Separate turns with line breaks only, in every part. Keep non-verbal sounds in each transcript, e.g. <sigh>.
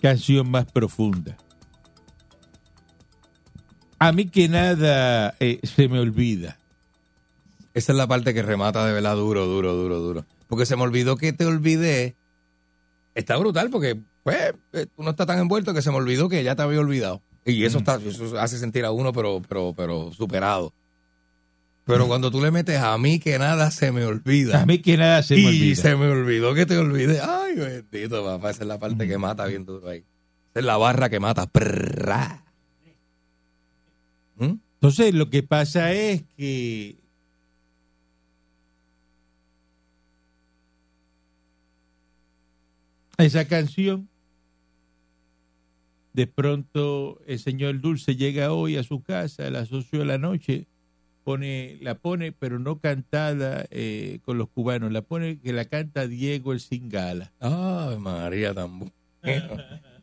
canción más profunda. A mí que nada eh, se me olvida.
Esa es la parte que remata de verdad duro, duro, duro, duro. Porque se me olvidó que te olvidé. Está brutal porque pues, eh, uno está tan envuelto que se me olvidó que ya te había olvidado. Y
Mm.
eso, está, eso hace sentir a uno, pero, pero, pero superado. Pero cuando tú le metes a mí que nada se me olvida.
A mí que nada se
y
me olvida.
se me olvidó que te olvidé. Ay, bendito, papá. Esa es la parte
Mm.
que mata bien duro ahí. Esa es la barra que mata. Prrrra. ¿Mm?
Entonces lo que pasa es que esa canción, de pronto el señor Dulce llega hoy a su casa a las 8 de la noche, pone, la pone, pero no cantada eh, con los cubanos, la pone que la canta Diego el Cingala.
Ay, María, tan bueno.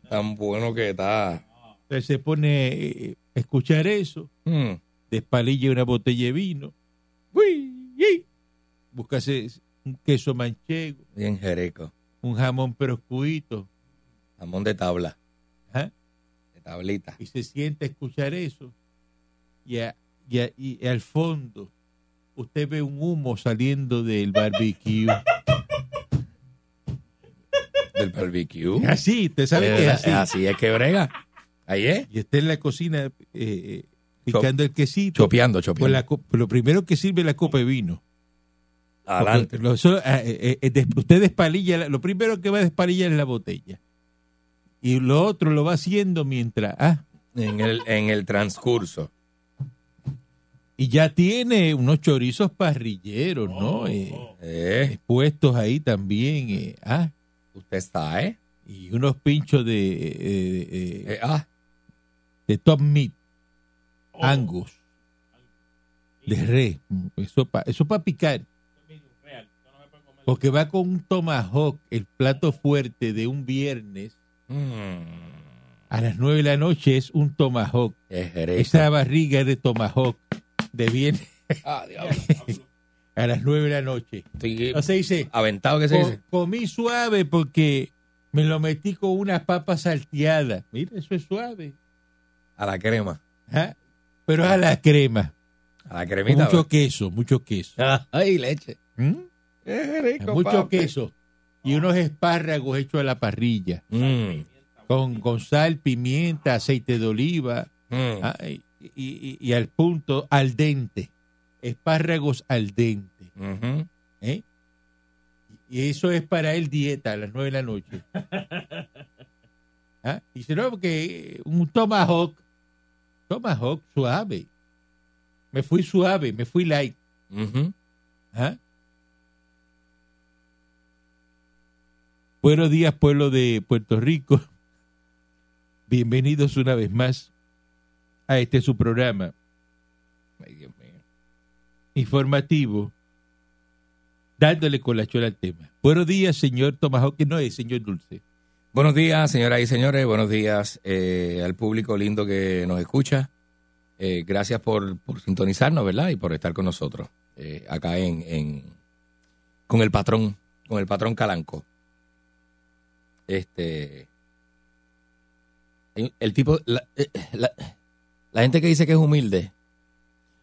tan bueno que está.
Entonces se pone eh, a escuchar eso,
Mm.
despalilla una botella de vino,
Uy, yi.
buscase un queso manchego,
Bien jereco.
un jamón proscuito,
Jamón de tabla.
¿ah?
De tablita.
y se siente a escuchar eso. Y, a- y a- y al fondo usted ve un humo saliendo del
<laughs>
barbecue.
Del
<laughs>
barbecue.
Es así, usted sabe que es
Es,
así.
así es que brega. Ahí es.
Y está en la cocina eh, eh, picando el quesito.
Chopeando,
Con
chopeando.
la co- lo primero que sirve es la copa de vino.
Adelante.
Porque lo- eso, eh, eh, eh, des- usted despalilla, la- lo primero que va a despalillar es la botella. Y lo otro lo va haciendo mientras. Ah,
En el, en el transcurso.
y ya tiene unos chorizos parrilleros, ¿no? Eh,
Eh,
eh, puestos ahí también. eh, ah,
usted está, ¿eh?
y unos pinchos de, eh, eh,
Eh, ah,
de top meat, angus, de res. Mm, Eso para eso pa picar. Porque va con un tomahawk, el plato fuerte de un viernes.
mm,
A las nueve de la noche es un tomahawk.
es jereco.
Esa barriga es de tomahawk. De bien
Ah, diablo.
<laughs> a las nueve de la noche. <laughs>
Estoy
O sea, dice,
aventado que se
"Co-
dice.
comí suave porque me lo metí con unas papas salteadas. Mira, eso es suave.
A la crema.
Ajá. Pero a la crema.
A la cremita.
mucho
¿verdad?
queso, mucho queso.
Ah, Ay, leche.
¿Mm?
Es jereco,
Mucho
papi.
queso. Y unos espárragos hechos a la parrilla.
Mm,
Con, con sal, pimienta, aceite de oliva.
mm.
Ah, y, y- y al punto, al dente. Espárragos al dente.
Ujú.
¿eh? Y eso es para él dieta a las nueve de la noche. ¿Ah? Dice, no, porque un tomahawk, tomahawk suave. Me fui suave, me fui light.
Ujú.
¿Ah? Buenos días, pueblo de Puerto Rico. <laughs> Bienvenidos una vez más a este su programa
Ay, Dios mío.
informativo, dándole con la chola al tema. Buenos días, señor Tomás, que no es señor Dulce.
Buenos días, señoras y señores. Buenos días eh, al público lindo que nos escucha. Eh, gracias por, por sintonizarnos, ¿verdad? Y por estar con nosotros eh, acá en, en- con el patrón, con el patrón Calanco. Este, hay- el tipo, la, eh, la- la gente que dice que es humilde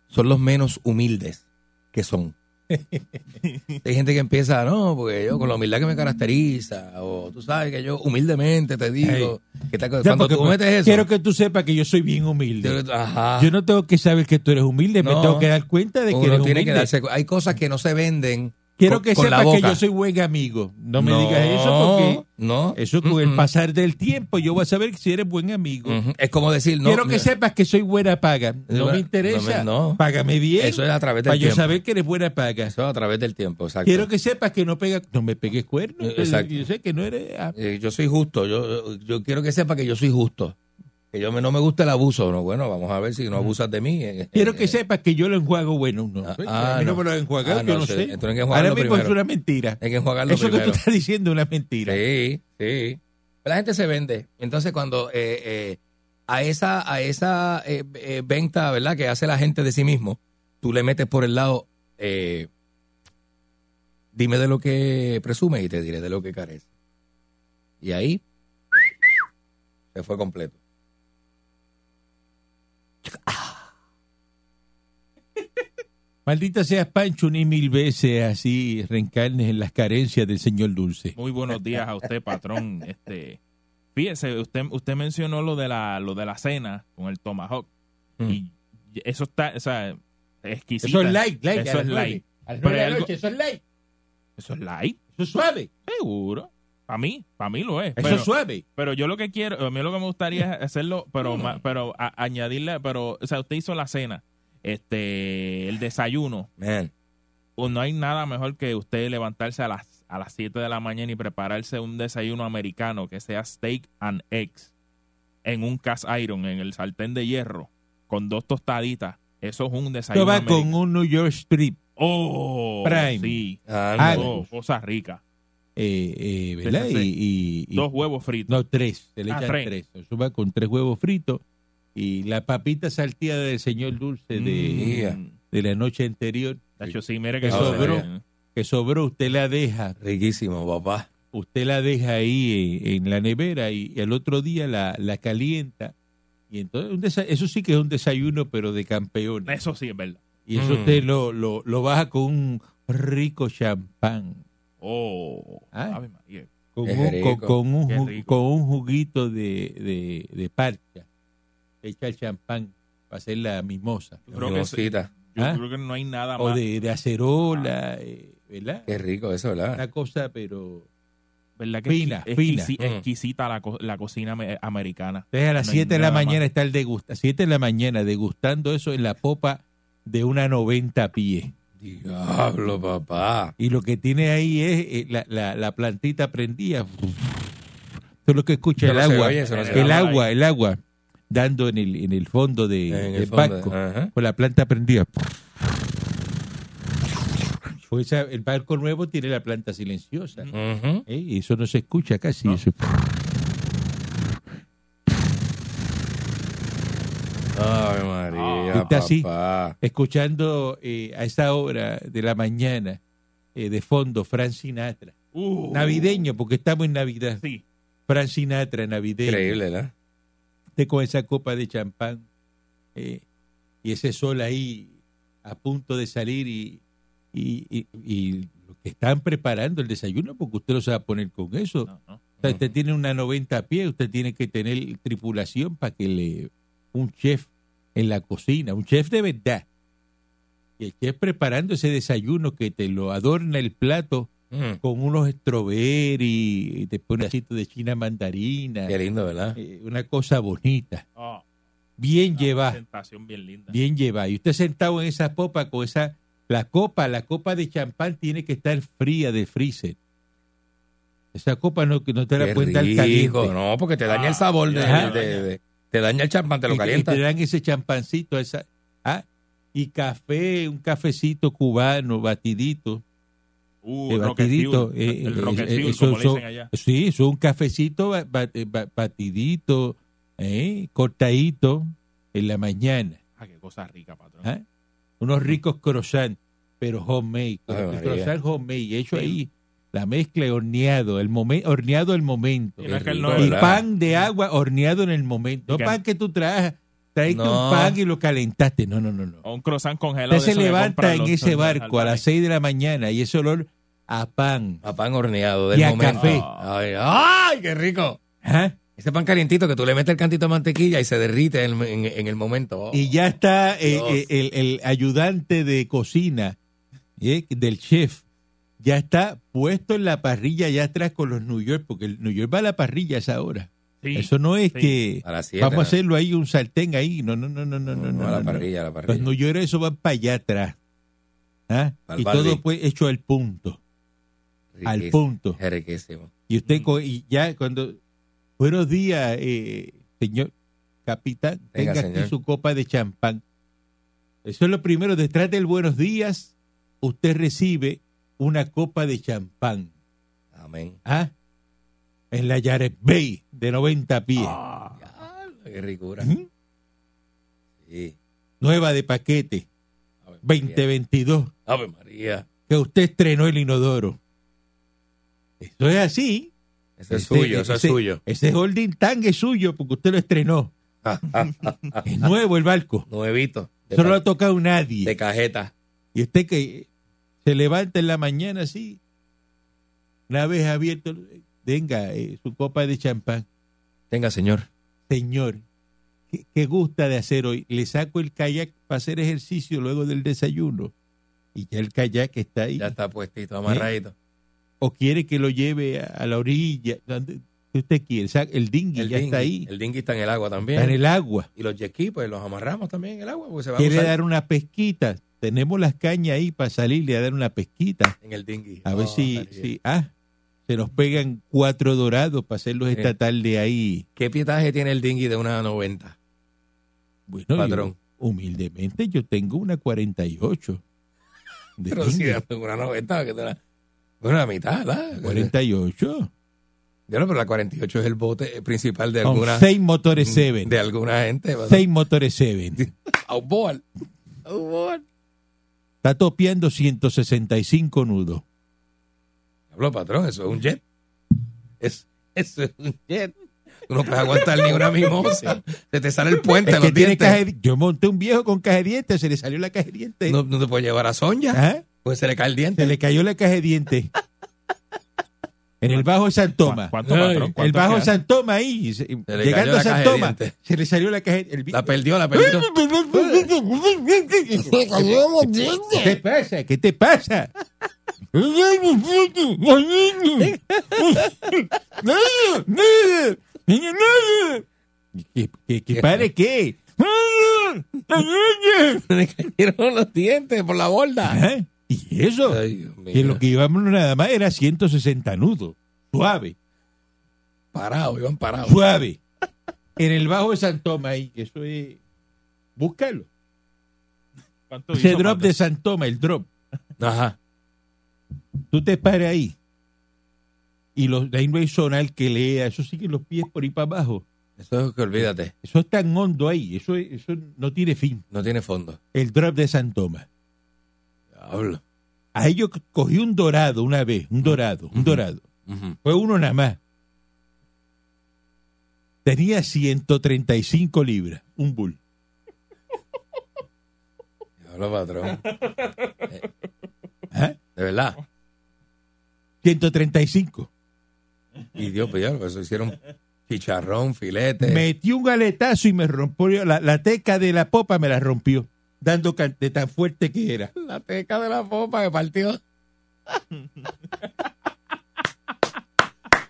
son los menos humildes que son. <laughs> Hay gente que empieza, no, porque yo con la humildad que me caracteriza, o tú sabes que yo humildemente te digo, que tal cosa.
O sea,
cuando
porque
tú metes eso,
Quiero que tú sepas que yo soy bien humilde.
yo- ajá.
Yo no tengo que saber que tú eres humilde, me
No.
tengo que dar cuenta de que
Uno
eres
tiene
humilde.
que darse cu- Hay cosas que no se venden
Quiero
con-
que
con la
sepas que
boca.
yo soy buen amigo. No me digas eso
No.
porque eso con el
Mm-mm.
pasar del tiempo yo voy a saber si eres buen amigo.
Ujú. Es como decir, no.
Quiero que
mira,
sepas que soy buena paga. No
Bueno,
me interesa.
no me- no.
Págame bien.
Eso es a través del
Para yo
tiempo.
saber que eres buena paga.
Eso a través del tiempo, exacto.
Quiero que sepas que no pega, no me pegues cuernos.
Eh, exacto.
Yo sé que no eres. ah,
Eh, yo soy justo, yo, yo quiero que sepa que yo soy justo. Que yo me- no me gusta el abuso, no, bueno, vamos a ver si no abusas de mí. eh,
Mm. Quiero
eh,
que sepas que yo lo enjuago bueno. No,
Ah,
Pues,
ah,
a mí no,
no.
me lo han enjuagado,
Ah,
yo
no,
no
sí,
sé.
entonces hay
Ahora
que enjuagarlo
mismo es
primero.
una mentira.
Hay que enjuagarlo
Eso que
primero.
tú estás diciendo es una mentira.
Sí, sí. Pues La gente se vende. Entonces, cuando eh, eh, a esa, a esa eh, eh, venta, ¿verdad?, que hace la gente de sí mismo, tú le metes por el lado, eh, dime de lo que presumes y te diré de lo que carece. Y ahí se fue completo.
Maldita seas, Pancho, ni mil veces así reencarnes en las carencias del señor Dulce.
Muy buenos días a
<laughs>
usted, patrón. Este, fíjese, usted, usted mencionó lo de la, lo de la cena con el tomahawk.
Mm.
Y eso está, o sea, exquisito.
Eso es light, light.
Eso es light. Pero hay algo-
eso es light.
Eso es light,
Eso es suave.
seguro. Para mí, para mí lo es.
Eso
Pero,
es suave.
pero yo lo que quiero, a mí lo que
<laughs>
me gustaría es hacerlo, pero, ma- pero a- añadirle, pero, o sea, usted hizo la cena, este, el desayuno.
Man.
o no hay nada mejor que usted levantarse a las a las 7 de la mañana y prepararse un desayuno americano que sea steak and eggs en un cast iron, en el sartén de hierro, con dos tostaditas. Eso es un
Esto
desayuno
va
americano.
con un New York Strip,
¡Oh!
Prime.
Sí.
Ah, no.
Oh, cosa rica.
eh, eh, ¿verdad?
Sí, sí, sí.
Y- y- y-
Dos huevos fritos.
No, tres. Se le
Ah,
echan
tres.
tres. Eso va con tres huevos fritos y la papita salteada del señor Dulce de,
Yeah.
Mm.
de la noche anterior
De hecho, sí, mire que
Eso
eso
sobró.
que sobró, usted la deja
Riquísimo, papá.
usted la deja ahí eh, en, en la nevera y, y al otro día la, la calienta. Y entonces, un desa- eso sí que es un desayuno, pero de campeones.
Eso sí es verdad.
Y eso
Mm.
usted lo, lo, lo baja con un rico champán,
¡Oh!
Ay.
Ave María.
con,
Qué
un, con,
rico,
con un
qué
ju-
rico.
con un juguito de, de, de parcha. Echa el champán para hacer la mimosa.
Yo creo que, eso-
Mimosita.
yo
¿Ah?
creo que no hay nada
O
más. Ah.
de, de acerola, eh, ¿verdad?
Qué rico eso, ¿verdad?
Una cosa, pero...
¿Verdad que
Fina,
exquisi-
fina.
exquisi-
Mm.
exquisita la, co- la cocina me- americana?
Entonces a las
No hay
7 de la
nada
mañana
más.
estar degustando, 7 de la mañana degustando eso en la popa de una 90 pies.
Diablo, papá.
Y lo que tiene ahí es eh, la, la- la plantita prendida. Eso es lo que escucha
Eso
el
no se
agua.
oye, eso no se
el
oye.
agua, el agua dando en el, en el fondo de,
En
del
el fondo, Ah,
barco.
ajá.
Con la planta prendida. Pues esa- el barco nuevo tiene la planta silenciosa.
Ujú.
¿eh? Y eso no se escucha casi. eso-
Ay, María,
Está Ah. así.
papá.
escuchando eh, a esa hora de la mañana eh, de fondo Frank Sinatra.
Uh.
Navideño, porque estamos en Navidad.
Sí.
Frank Sinatra navideño.
Increíble, ¿verdad?
Usted con esa copa de champán eh, y ese sol ahí a punto de salir y, y, y- y lo que están preparando el desayuno, porque usted lo sabe poner con eso.
No, no.
O sea, usted tiene una 90 pies, usted tiene que tener tripulación para que le un chef en la cocina, un chef de verdad. Y el chef preparando ese desayuno que te lo adorna el plato
Mm.
con unos strawberry, y te pone un pedacito de china mandarina,
Qué lindo, ¿verdad?
eh, una cosa bonita,
Ah,
bien
una
llevada,
presentación bien linda.
bien llevada. Y usted sentado en esa popa con esa la copa, la copa de champán tiene que estar fría de freezer. Esa copa no, no te la
Qué
pueden dar
rico,
caliente.
No, porque te daña el sabor de,
Ah,
de- de- de- te daña el champán, te lo
y, te- y
calienta.
te dan ese champancito, esa, ah, y café, un cafecito cubano, batidito,
Uh,
eh, batidito,
Rockefeller,
eh,
el
eh, eh,
Rocket Fuel,
eso-
como le
eso-
dicen allá.
sí, eso es un cafecito ba- ba- eh, ba- batidito, eh, cortadito en la mañana,
Ah, qué cosa rica, patrón.
ah, unos ricos croissants, pero homemade,
Ay, María.
croissant homemade, hecho
Sí.
ahí, la mezcla horneado, el momen- horneado al momento.
Y no es que
rico,
él no
No,
es-
Y
¿verdad?
pan de agua horneado en el momento. No
Que-
pan que tú traes, traiste
No.
un pan y lo calentaste. No, no, no, no.
o un croissant congelado.
Usted se
de esos que
levanta
compran
en
los-
ese
los-
barco a las
los-
6 de la mañana y ese olor a pan.
A pan horneado del
Y a
momento.
café.
Ay, ay, qué rico.
Ajá.
Ese pan calientito que tú le metes el cantito de mantequilla y se derrite en, en- en el momento. Oh.
Y ya está eh,
Dios.
eh, el, el ayudante de cocina eh, del chef ya está puesto en la parrilla allá atrás con los New York, porque el New York va a la parrilla a esa hora.
Sí.
Eso no es
sí.
que
A las siete,
vamos a
¿no?
hacerlo ahí un sartén ahí. No, no, no, no, no, no.
No, a
no,
la
no.
parrilla, a la parrilla.
Los New York eso va para allá atrás. ¿Ah?
Al
Y
Baldi.
todo fue hecho al punto. Al
Riquísimo,
punto.
riquísimo.
Y usted co- y ya cuando buenos días, eh, señor capitán,
Venga,
tenga aquí
señor.
su copa de champán. Eso es lo primero. Detrás del buenos días, usted recibe una copa de champán.
Amén.
¿ah? En la Yaret Bay de 90 pies.
Ah.
Ah.
Diablo, Qué ricura.
Ujú.
Sí.
Nueva de paquete,
Ave María.
2022,
Ave María.
que usted estrenó el inodoro. Eso es así.
Eso es
Ese-
suyo, eso es
ese-
suyo.
Ese holding tank es suyo porque usted lo estrenó. Es nuevo el barco.
Nuevito.
Ah,
De,
Eso no lo ha
pa-
tocado nadie.
de cajeta.
Y usted que se levanta en la mañana así, una vez abierto, venga, eh, su copa de champán.
Tenga, señor.
Señor, ¿qué, qué gusta de hacer hoy? Le saco el kayak para hacer ejercicio luego del desayuno. Y ya el kayak está ahí.
Ya está puestito, amarradito.
O quiere que lo lleve a, a la orilla. ¿Dónde- ¿Qué usted quiere? Sa- El dinghy
El
ya está ahí.
dinghy. El dinghy está en el agua también.
Está en el agua.
Y los jet skis, pues los amarramos también en el agua porque se va a
Quiere
usar
dar una pesquita. Tenemos las cañas ahí para salirle a dar una pesquita.
en el dinghy.
A ver
Oh,
si,
María.
si- ah, se nos pegan cuatro dorados para hacerlos
Sí.
esta tarde ahí.
¿Qué pietaje tiene el dinghy de una 90?
Bueno, yo,
Patrón.
humildemente yo tengo una 48. De
Pero
dónde?
si es una 90, que te la... Bueno, la mitad, ¿verdad?
48.
Yo no, pero la 48 es el bote principal de
Con
alguna,
seis motores Seven.
de alguna gente. ¿verdad?
Seis motores Seven.
Outboard. Outboard.
Está topeando 165 nudos.
Habló, patrón, eso es un jet. Es, eso es un jet. Tú no puedes aguantar ni una mimosa. Se te sale el puente,
Es
los
que tiene
dientes.
caja de- yo monté un viejo con caja de dientes, se le salió la caja de dientes.
No, no te puedes llevar a Sonia,
Ajá,
pues se le cae el
Se
diente.
le cayó la caja de
<laughs>
dientes. en el bajo de San Tomás.
¿Cuánto,
Ay,
patrón?
El
¿Cuánto
bajo
queda?
de San Tomás ahí, se-
le cayó
llegando
la
a San
caja de
Tomás,
dientes.
se le salió la caja el vi-
La perdió, la perdió.
¿Qué te pasa? ¿Qué te pasa? ¿Qué, qué, qué padre qué?
<laughs> Se le cayeron los dientes por la borda.
Ajá. ¿Eh? ¿Y eso?
Ay, Dios mío.
Que lo que íbamos nada más era 160 nudos. Suave,
Parado, iban parados.
suave. En el bajo de San Tomás, ahí, que eso es... Búscalo.
¿Cuánto
Ese
hizo,
drop
patrón?
de San Tomás, el drop.
Ajá.
tú te pares ahí y los, ahí no hay zonal que lea, eso sigue los pies por ahí para abajo.
Eso es que olvídate.
Eso es tan hondo ahí, eso, eso no tiene fin.
No tiene fondo.
El drop de San Tomás.
Hablo.
Ahí yo cogí un dorado una vez, un dorado, un dorado. Fue uno nada más. Tenía 135 libras, un bull.
Hablo, patrón.
Ajá,
De verdad.
135.
Y Dios, pues ya, pues, eso hicieron chicharrón, filete.
Metí un galetazo y me rompió la, la teca de la popa, me la rompió, dando can- de tan fuerte que era.
La teca de la popa que <laughs> partió.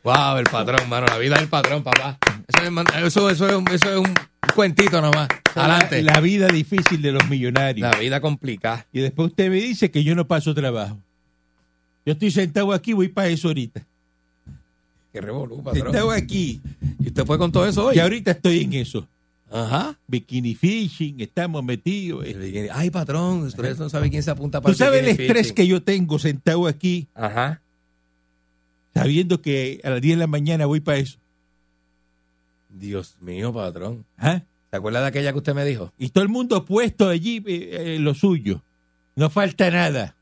wow, el patrón, mano. La vida del patrón, papá. Eso es, man- eso, eso es, un- eso es un cuentito nomás. Adelante.
La,
La,
la vida difícil de los millonarios.
vida complicada.
Y después usted me dice que yo no paso trabajo. Yo estoy sentado aquí, voy para eso ahorita.
Qué revolú, patrón.
Sentado aquí.
¿Y usted fue con todo eso hoy?
Y ahorita estoy en eso.
Ajá.
Bikini fishing, estamos metidos. eh.
El bikini. Ay, patrón, usted no sabe quién se apunta para
Tú sabes el
bikini
estrés
fishing.
que yo tengo sentado aquí,
Ajá.
sabiendo que a las 10 de la mañana voy para eso.
Dios mío, patrón.
¿Ah?
¿Se acuerda de aquella que usted me dijo?
Y todo el mundo puesto allí eh, eh, lo suyo. No falta nada.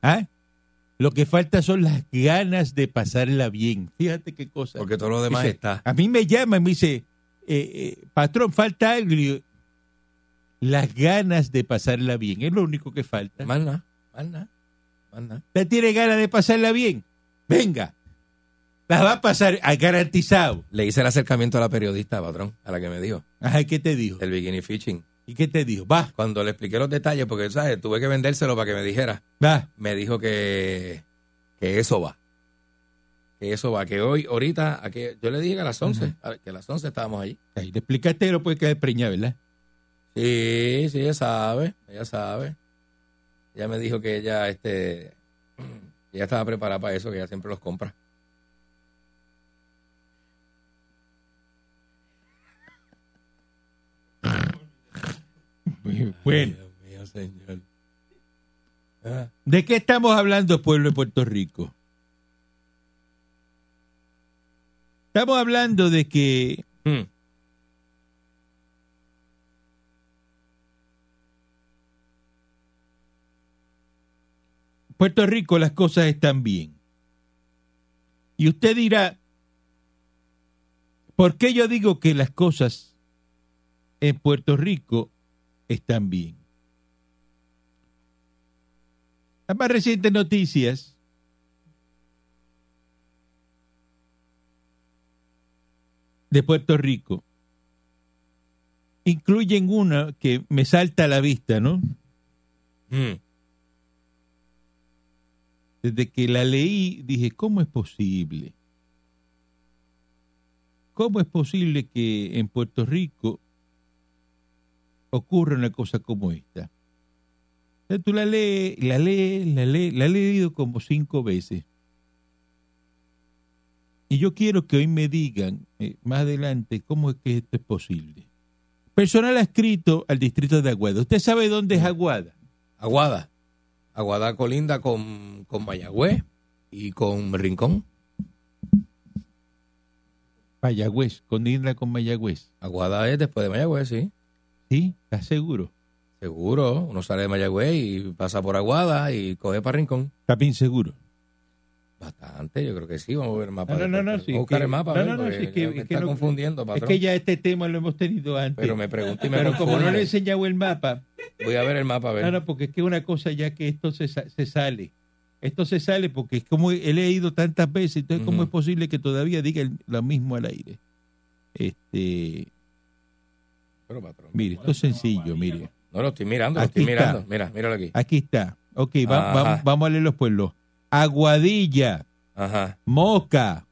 ¿Ah? Lo que falta son las ganas de pasarla bien. Fíjate qué cosa.
Porque todo lo demás
Dice,
está.
A mí me llama y me dice, eh, eh, patrón, falta algo. Y yo, las ganas de pasarla bien, es lo único que falta.
Más nada, más nada, más nada.
¿Usted tiene ganas de pasarla bien? Venga, las va a pasar ah, garantizado.
Le hice el acercamiento a la periodista, patrón, a la que me dijo. Eh.
Ajá, ¿qué te dijo?
El bikini fishing.
¿Y qué te dijo? Va,
Cuando le expliqué los detalles, porque, ¿sabes? Tuve que vendérselo para que me dijera.
va.
me dijo que, que eso va. Que eso va, que hoy, ahorita, a que, yo le dije que a las 11, a ver, que a las 11 estábamos allí.
Ahí le explicaste que no puede quedar preñada, ¿verdad?
Sí, sí, ella sabe, ella sabe. Ella me dijo que ella, este, ella estaba preparada para eso, que ella siempre los compra. Eh.
Bueno,
Dios mío, señor. Ah,
¿de qué estamos hablando, pueblo de Puerto Rico? Estamos hablando de que
hmm,
Puerto Rico las cosas están bien. Y usted dirá, ¿por qué yo digo que las cosas en Puerto Rico están bien? Las más recientes noticias de Puerto Rico incluyen una que me salta a la vista, ¿no?
hmm.
desde que la leí dije, ¿cómo es posible? ¿Cómo es posible que en Puerto Rico ocurra una cosa como esta? O sea, tú la lees, la lees, la lees, la he leído como cinco veces. Y yo quiero que hoy me digan eh, más adelante cómo es que esto es posible. Personal adscrito al distrito de Aguada. ¿Usted sabe dónde es Aguada?
Aguada. Aguada colinda con, con Mayagüez y con Rincón.
Mayagüez, condinda con Mayagüez.
Aguada es después de Mayagüez, sí.
¿Sí? ¿Estás seguro?
Seguro, uno sale de Mayagüez y pasa por Aguada y coge para Rincón.
Está bien seguro.
Bastante, yo creo que sí, vamos a ver el mapa.
No,
de-
no, no,
voy a
sí,
buscar
que-
el mapa,
no,
a ver,
no, no,
porque
sí, que-
ya
es
me
que
está
no-
confundiendo,
Es
patrón.
que ya este tema lo hemos tenido antes.
Pero
Pero,
me pregunté y me
como no
confunde.
le he enseñado el mapa,
Voy a ver el mapa, a ver.
no, no, porque es que una cosa ya que esto se, sa- se sale. Esto se sale porque es como he leído tantas veces, entonces cómo
Ujú.
es posible que todavía diga el- lo mismo al aire. Este,
Pero, patrón,
mire, esto es sencillo, mire.
No lo estoy mirando, lo
Aquí
estoy
está.
mirando. Mira, míralo aquí.
Aquí está. Ok, va-
Ajá.
va- vamos a leer los pueblos. Aguadilla,
Ajá.
Moca,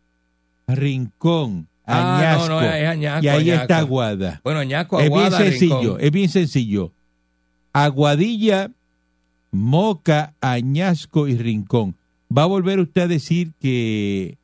Rincón,
Ah,
Añasco.
no, no, es Añasco,
y ahí está
Añasco.
Aguada.
Bueno, Añasco,
es bien
Aguada,
sencillo,
Rincón.
es bien sencillo. Aguadilla, Moca, Añasco y Rincón. Va a volver usted a decir que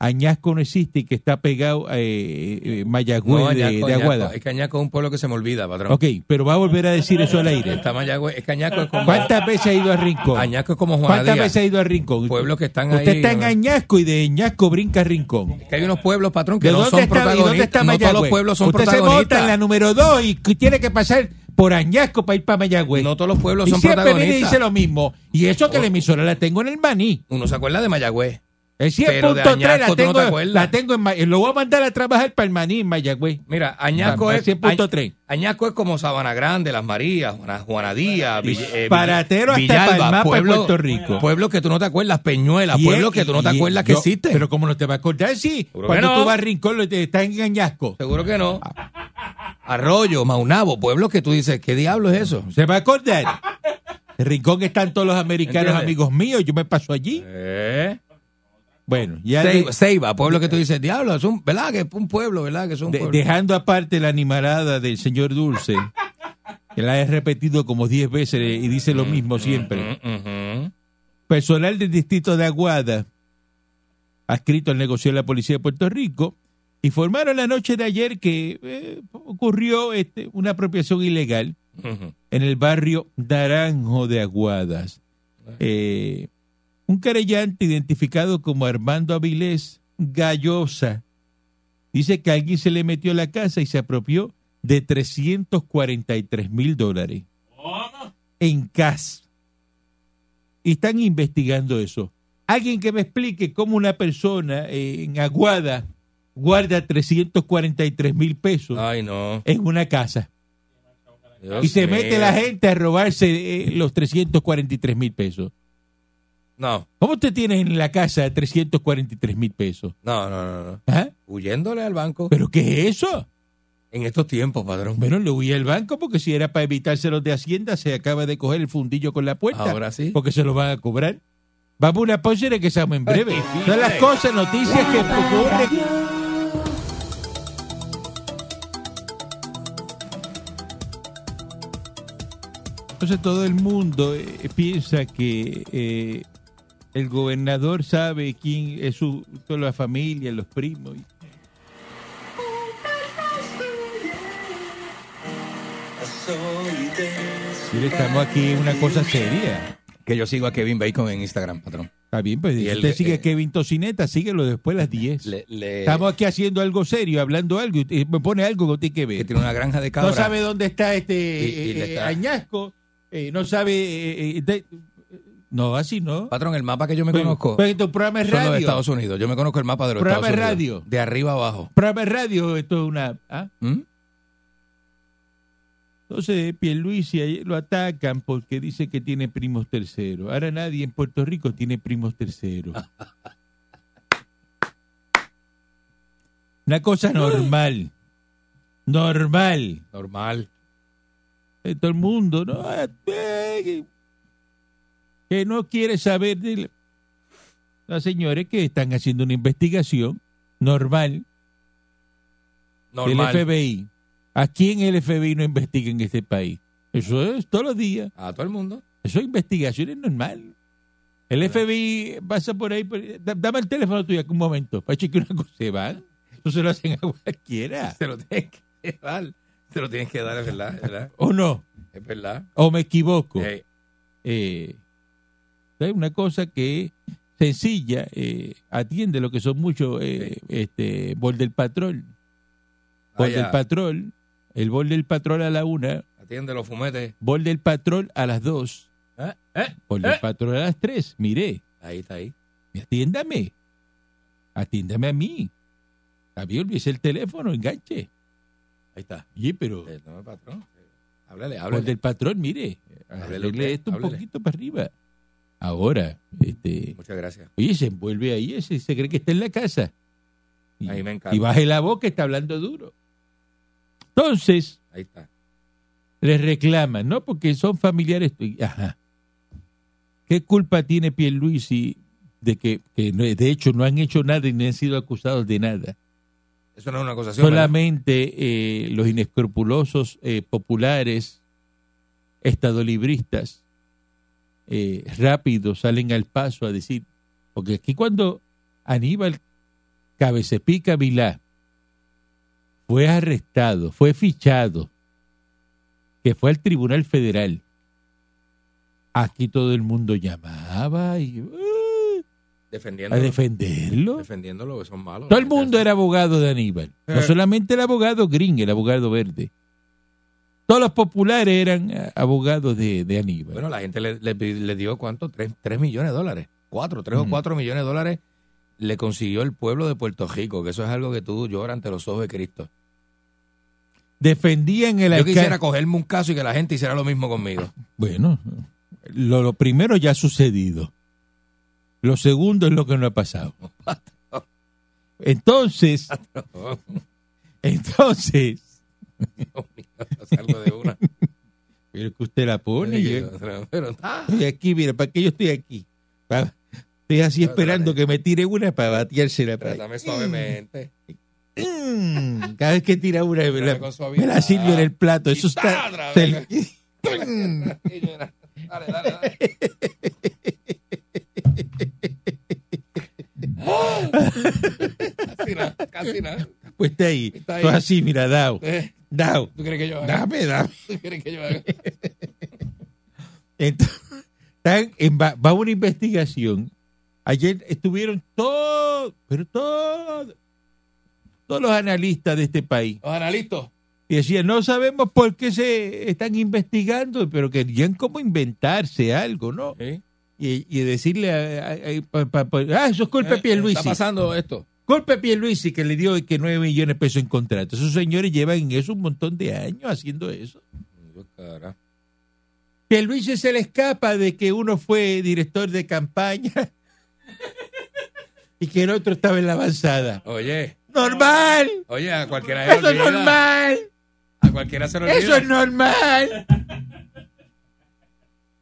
Añasco no existe y que está pegado eh, eh, Mayagüez
No,
de,
Añasco,
de
Añasco.
Aguada.
Es que Añasco es un pueblo que se me olvida, patrón.
Ok, pero va a volver a decir eso al aire.
Está Mayagüez, es que Añasco es como...
¿Cuántas veces ha ido a Rincón?
Añasco es como Juanadía.
¿Cuántas veces ha ido a Rincón?
Pueblos que están
Usted
ahí,
está en
¿no?
Añasco y de Añasco brinca a Rincón.
Es que hay unos pueblos, patrón, que
¿De
no
dónde
son
está, y
protagonistas.
dónde está
no
Mayagüez?
todos los pueblos son
Usted se vota en la
protagonistas.
número 2 y tiene que pasar por Añasco para ir para Mayagüez.
No todos los pueblos
Y
son
siempre viene y
protagonistas.
dice lo mismo. Y eso que la emisora la tengo en el maní.
Uno se acuerda de Mayagüez.
El
Pero de
100.3
Añasco
la
tú no
tengo,
te acuerdas.
la tengo en Ma- Lo voy a mandar a trabajar para el maní en Mayagüez.
Mira, Añasco
Va-
es,
100.3.
Añasco es como Sabana Grande, Las Marías, Juana- Juanadía, Vill- eh, Vill-
Paratero hasta Palma, pa' Puerto Rico.
Pueblos que tú no te acuerdas, Peñuela,
Y
pueblos
es-
que tú no te
y-
acuerdas que
yo-
existen.
Pero como no te va a acordar, sí.
Seguro
Cuando
que no.
tú vas a Rincón, lo- te- estás en Añasco.
Seguro que no. Arroyo, Maunabo, pueblos que tú dices, ¿qué diablo es eso?
Se va a
<laughs>
acordar. En Rincón están todos los americanos,
¿Entiendes?
amigos míos. Yo me paso allí.
¿Eh?
Bueno, ya de-
Ceiba, Ceiba, pueblo que tú dices, diablo, es un, ¿verdad? Que es un pueblo, ¿verdad? Que es un
de-
pueblo.
dejando aparte la animalada del señor Dulce, que la he repetido como 10 veces eh, y dice lo mismo siempre.
Ujú, ujú.
personal del distrito de Aguada, adscrito al negocio de la Policía de Puerto Rico, informaron la noche de ayer que eh, ocurrió este, una apropiación ilegal
Ujú.
en el barrio Naranjo de Aguadas. Eh, un querellante identificado como Armando Avilés Gallosa dice que alguien se le metió a la casa y se apropió de 343 mil dólares en cash. Y están investigando eso. Alguien que me explique cómo una persona eh, en Aguada guarda 343 mil pesos
Ay, no.
en una casa
Dios
y se
mío.
mete la gente a robarse eh, los 343 mil pesos.
No,
¿Cómo usted tiene en la casa 343 mil pesos?
no, no, no, no.
¿Ah?
Huyéndole al banco.
¿Pero qué es eso?
En estos tiempos, padrón.
Bueno, le huí al banco porque si era para evitarse los de Hacienda, se acaba de coger el fundillo con la puerta.
Ahora sí.
Porque se lo van a cobrar. Vamos a una pausa y regresamos en breve. Son las cosas, noticias que ocurren. Entonces todo el mundo eh, piensa que eh, el gobernador sabe quién es su, toda la familia, los primos. y- Mire, estamos aquí en una cosa seria.
Que yo sigo a Kevin Bacon en Instagram, patrón.
Está bien, pues
Y
si
el-
usted sigue
eh,
a Kevin Tocineta, síguelo después a las 10.
Le- eh, le-
Estamos aquí haciendo algo serio, hablando algo, y me pone algo que no tiene que
que
ver.
tiene una granja de
No
cabras.
sabe dónde está este
Y- y le
eh,
está-
añasco, eh, no sabe... eh, eh, de- no, así no.
Patrón, el mapa que yo me
Pues-
conozco
pues tu programa es
son los de
radio.
Estados Unidos. Yo me conozco el mapa de los
Programa de
Estados Unidos.
radio.
De arriba abajo.
Programa es radio, esto es una... ¿ah?
¿Mm?
Entonces, Pierluisi ayer lo atacan porque dice que tiene primos terceros. Ahora nadie en Puerto Rico tiene primos terceros. Una cosa normal. Normal.
Normal.
Eh, Todo el mundo, ¿no? Eh, que- Que no quiere saber de la- las señores que están haciendo una investigación normal
Normal.
del FBI. ¿A quién el FBI no investiga en este país? Eso es todos los días.
A todo el mundo.
Eso es investigación, es normal. El FBI pasa por ahí. por- da- dame el teléfono tuyo aquí un momento. Para chequear una cosa. Se van. Eso se lo hacen a cualquiera.
Se lo tienes que dar. Se lo tienes que dar, es verdad. Es verdad.
¿O no?
Es verdad.
¿O me equivoco?
Ey,
Eh, es una cosa que es sencilla. eh, atiende lo que son muchos. Eh, este, Border Patrol.
Ah,
Border
vaya,
Patrol. El Border Patrol a la una.
atiende los fumetes.
Border Patrol a las dos.
Eh, eh,
Border
eh.
Patrol a las tres. Miré.
Ahí está ahí.
atiéndame. Atiéndame a mí. Había olvidado el teléfono, enganche.
Ahí está.
Oye, pero
Eh, no, patrón. Eh, Háblale,
por
háblale.
del patrón, mire,
Háblele
arregle
usted,
esto un
háblele.
poquito para arriba. Ahora, este,
Muchas gracias.
oye, se envuelve ahí, ese se cree que está en la casa. Y,
Ahí me encanta.
y baje la boca, está hablando duro. Entonces,
Ahí está.
le reclaman, ¿no? Porque son familiares. tuyos. Ajá. ¿Qué culpa tiene Pierluisi de que, que no- de hecho no han hecho nada y no han sido acusados de nada?
Eso no es una acusación. ¿verdad?
Solamente eh, los inescrupulosos eh, populares estadolibristas eh, rápido salen al paso a decir, porque aquí cuando Aníbal Cabecepica Vilá fue arrestado, fue fichado, que fue al Tribunal Federal, aquí todo el mundo llamaba y, ¡ah! a
Defendiéndolo.
defenderlo.
Defendiéndolo, que son malos.
Todo el mundo era abogado de Aníbal. No
Eh.
solamente el abogado Green, el abogado verde. Todos los populares eran eh, abogados de, de Aníbal.
Bueno, la gente le, le pi- le dio cuánto, tres, tres millones de dólares, cuatro, tres
Mm.
o cuatro millones de dólares le consiguió el pueblo de Puerto Rico, que eso es algo que tú lloras ante los ojos de Cristo.
Defendían el
Yo quisiera
alcalde.
cogerme un caso y que la gente hiciera lo mismo conmigo. <laughs>
Bueno, lo, lo primero ya ha sucedido. Lo segundo es lo que no ha pasado.
<laughs>
Entonces, entonces,
Salgo de
<laughs>
una.
pero que usted la pone. yo-
Pero, ah,
estoy aquí, mira, ¿para qué yo estoy aquí? Pa- Estoy así esperando que me tire una para bateársela. para-
trátame suavemente.
Mm, Cada vez que tira una, me la,
Dale con suavidad.
me la sirve en el plato. Eso
Y
está.
tadra,
se-
venga. <laughs> Y yo era, Dale, dale, dale. ¡Ah! Casi nada, casi nada.
pues está ahí.
Está ahí.
Todo así, mira, dao.
Eh,
Dao.
¿Tú crees que yo haga?
Dame, dame.
¿Tú crees que yo haga?
Entonces, están en- va, va una investigación. Ayer estuvieron todos, pero todos, todos los analistas de este país.
Los analistas.
Y decían, no sabemos por qué se están investigando, pero querían como inventarse algo, ¿no? Y, y decirle, a- a- a- pa- pa- pa- ah, eso es culpa de Pierluisi.
Eh, Está pasando esto.
Golpe a Pierluisi que le dio que 9 millones de pesos en contrato. Esos señores llevan en eso un montón de años haciendo eso. Pierluisi se le escapa de que uno fue director de campaña y que el otro estaba en la avanzada.
Oye,
normal.
Oye, a cualquiera se le
Eso es
olvida.
normal.
A cualquiera se le olvida.
Eso es normal.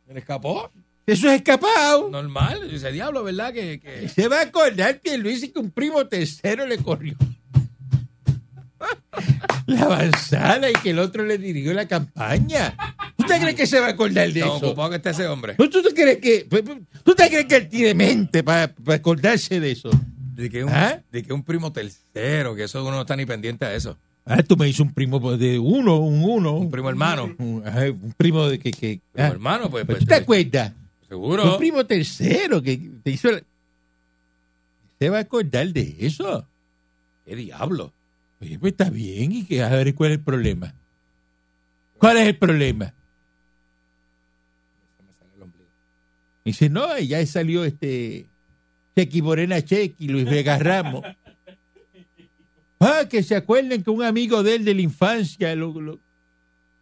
Se le escapó.
Eso es escapado.
Normal. Dice, diablo, ¿verdad? Que,
<laughs>
que...
Se va a acordar que Luis y que un primo tercero le corrió. <laughs> La avanzada y que el otro le dirigió la campaña. ¿Usted cree que se va a acordar de
Tan
eso?
ocupado que está ese hombre.
¿Tú, tú te crees que, pues, ¿Tú te crees que él tiene mente para acordarse de eso?
De que, un,
¿Ah?
de que un primo tercero, que eso uno no está ni pendiente a eso.
Ah, tú me dices un primo pues, de uno, un uno.
Un primo hermano.
Un, ajá, un primo de que... que
Primo
ah.
hermano, pues,
Pero
pues,
¿Tú te acuerdas?
seguro.
Un primo tercero que te hizo... la- ¿Se va a acordar de eso?
¿Qué diablo?
Oye, pues está bien, y que a ver cuál es el problema. ¿Cuál es el problema?
Se me sale el ombligo.
Y dice, no, y ya salió este Chequi Morena Chequi, Luis Vega
<laughs>
Ramos. Ah, que se acuerden que un amigo de él de la infancia lo, lo-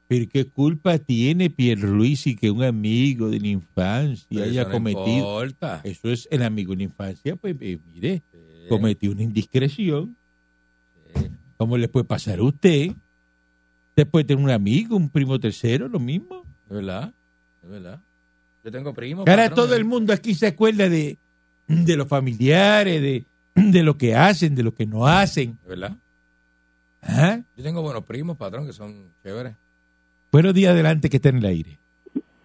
Pero qué culpa tiene Pierluisi que un amigo de la infancia
Pero
haya
eso no
cometido. Eh,
importa.
Eso es el amigo de la infancia, pues eh, mire,
Sí,
cometió una indiscreción.
sí.
¿Cómo le puede pasar a usted? Usted puede tener un amigo, un primo tercero, lo mismo.
Es verdad. Es verdad. Yo tengo primo.
Que Ahora
patrón, eh,
todo el mundo aquí se acuerda de, de los familiares, de, de lo que hacen, de lo que no hacen.
Es verdad.
¿Ah?
Yo tengo buenos primos, patrón, que son chéveres.
Buenos días adelante que está en el aire.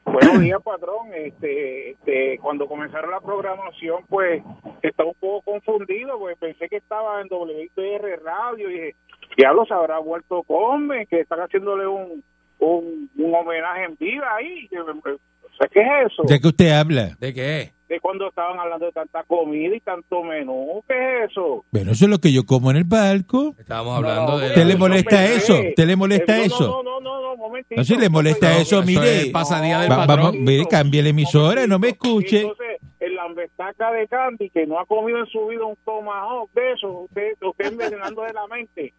Buenos días, patrón. Este, este, cuando comenzaron la programación, pues estaba un poco confundido, pues pensé que estaba en WTR Radio y dije, diablo, se habrá vuelto Come, que están haciéndole un, un, un homenaje en vida ahí. que me- me- O sea, ¿qué es eso?
Ya que usted habla.
¿De qué?
De cuando estaban hablando de tanta comida y tanto menú, ¿qué es eso?
Bueno, eso es lo que yo como en el barco.
Estábamos hablando de.
¿Te le
no
molesta
pensé.
eso? ¿Te le molesta
Eh, no,
eso?
No, no, no, no, un momentito.
No, si le molesta
No,
eso,
es
mire.
el pasadía del
Va-
patrón.
vamos, mire, cambie la emisora, no me escuche.
Entonces, en la embestaca de Candy, que no ha comido en su vida un tomahawk de eso, usted, usted envenenando de la mente.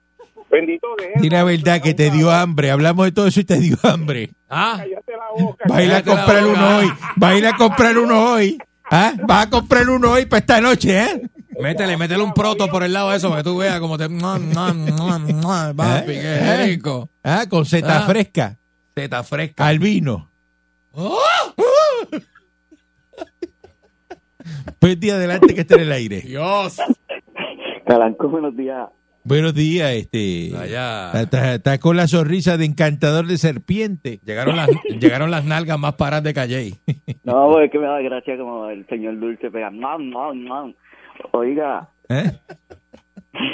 Bendito de
Di la verdad que te dio hambre. Hablamos de todo eso y te dio hambre.
Ah,
Cállate
<laughs>
la boca.
Va a ir a
Cállate la
comprar
boca.
uno hoy. Va a ir a comprar uno hoy. ¿Ah? Va a comprar uno hoy para esta noche, ¿eh?
métele, métele un proto por el lado de eso, para que tú veas cómo te. <laughs> Mua, mua, mua, mua, Papi, qué rico.
¿Eh? Ah, con zeta
Ah.
fresca.
Teta fresca.
Al vino.
¡Oh!
Pues día adelante que esté en el aire.
Dios.
Calanco, buenos días.
Buenos días, este. Está,
Allá.
está- está con la sonrisa de encantador de serpiente. <laughs>
Llegaron las, llegaron las nalgas más paradas de Calle.
No, porque es que me da gracia como el señor Dulce pega. No, no, no. Oiga,
¿eh?
<laughs>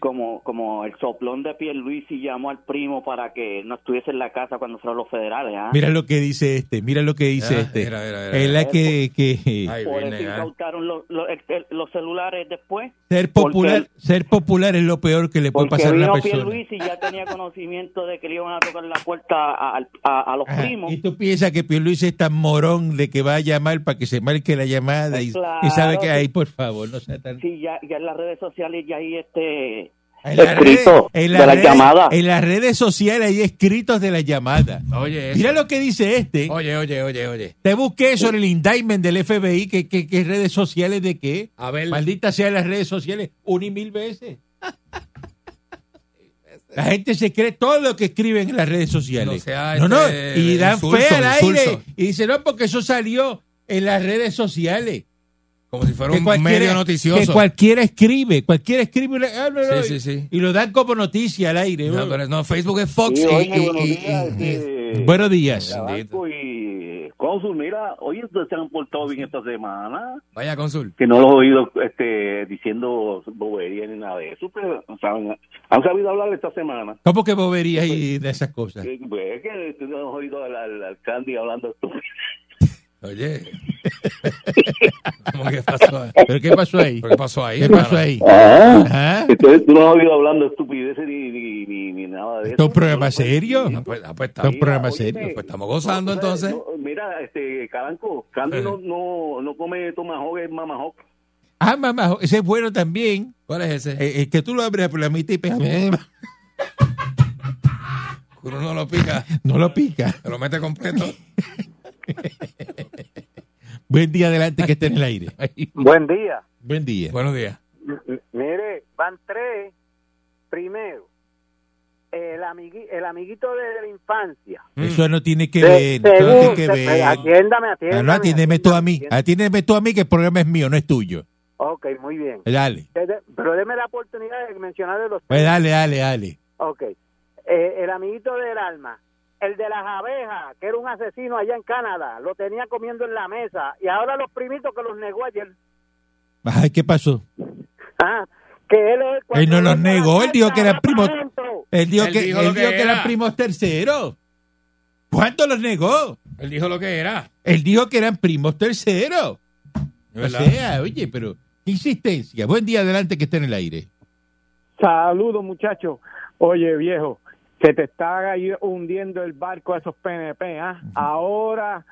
como, como el soplón de Pierluisi llamó al primo para que no estuviese en la casa cuando fueron los federales. ¿ah?
Mira lo que dice este, mira lo que dice
Ah,
este.
mira, mira, mira.
Es la que, que-
Ay,
Por
viene,
eso
ah.
incautaron los, los, los celulares después.
ser
porque-
popular, ser popular es lo peor que le puede
Porque
pasar a una
vino
persona.
Pierluisi y ya tenía conocimiento de que le iban a tocar la puerta a, a- a los
Ajá,
primos.
Y tú piensas que Luis es tan morón de que va a llamar para que se marque la llamada y,
Pues claro,
y sabe que
sí.
ahí, por favor, no sea tan...
Sí, ya, ya en las redes sociales ya ahí este...
En las
Escrito
redes- en
de la
redes-
llamada.
En las redes sociales hay escritos de la llamada.
ah. Oye, eso.
Mira lo que dice este.
Oye, oye, oye, oye.
Te busqué sobre el indictment del FBI, que, que, que redes sociales de qué.
A
<laughs>
ver.
Maldita sea las redes sociales, una y mil veces. La gente se cree todo lo que escriben en las redes sociales.
No sea,
no, no,
este,
y dan
insulso,
fe al aire.
insulso.
Y dicen, no, porque eso salió en las redes sociales.
Como si fuera
Que
un medio noticioso.
que cualquiera escribe, cualquiera escribe una- ah, no, no,
Sí,
y,
sí, sí.
y lo dan como noticia al aire.
No, pero no, Facebook es Fox.
Sí,
y-
oye,
y-
buenos
y-
días,
y-
este,
Buenos días.
Tabasco y Consul, mira, hoy se han portado bien esta semana,
Vaya, cónsul.
que no los he oído este, diciendo bobería ni nada de eso, pero saben, han sabido hablar esta semana.
¿Cómo que boberías y de esas cosas?
Eh, pues, Es que este, no he oído al, al, al Candy hablando esto.
<laughs>
Oye. ¿Cómo que pasó?
¿Pero qué pasó ahí?
¿Pero qué pasó ahí?
¿Qué
hermano?
pasó ahí? ¿Ah? Ajá.
Entonces tú no has oído hablando estupideces ni, ni, ni, ni nada de eso.
¿Esto es un programa serio?
Ah, pues, ah, pues
Esto
está
es un
bien.
programa
Oye,
serio.
Pues estamos gozando
No, tú sabes,
entonces.
no, mira, este, Caranco, Candy no, no, no come tomahawk, es mamahawk.
Ah, mamá, ese es bueno también.
¿Cuál es ese?
Eh, eh, que tú lo abres por la mitad y pegas.
Uno no lo pica,
No lo pica.
se lo mete completo.
Buen día adelante que esté en el aire.
Buen día.
<laughs> Buen día.
Buenos días.
M- Mire,
van tres. Primero, el, amigui- el amiguito de la infancia.
mm.
Eso no tiene que
Se-
ver, eso no tiene
según-
que
se-
ver.
Atiéndame,
Ah,
atiéndame.
no, atiéndeme tú a mí,
atiéndame.
atiéndeme tú a mí que el programa es mío, no es tuyo.
Ok, muy bien.
Dale,
Dede- Pero deme la oportunidad de mencionar de los
pues dale, dale, dale.
Ok. Eh, el amiguito del alma. El de las abejas, que era un asesino allá en Canadá. Lo tenía comiendo en la mesa. Y ahora los primitos que los negó ayer. <laughs>
Ay, ¿qué pasó?
Ah, que él es-
Él no los
cuando
negó, él dijo que eran
va para
primos.
adentro.
Él dijo,
Él
que,
dijo
él
lo que
dijo que eran
era.
primos terceros. ¿Cuánto los negó?
Él dijo lo que era.
Él dijo que eran primos terceros.
de
O
¿Verdad?
sea, oye, pero qué insistencia. Buen día, adelante que esté en el aire.
Saludos, muchachos. Oye, viejo, que te está ahí hundiendo el barco a esos PNP, ¿ah? Ahora,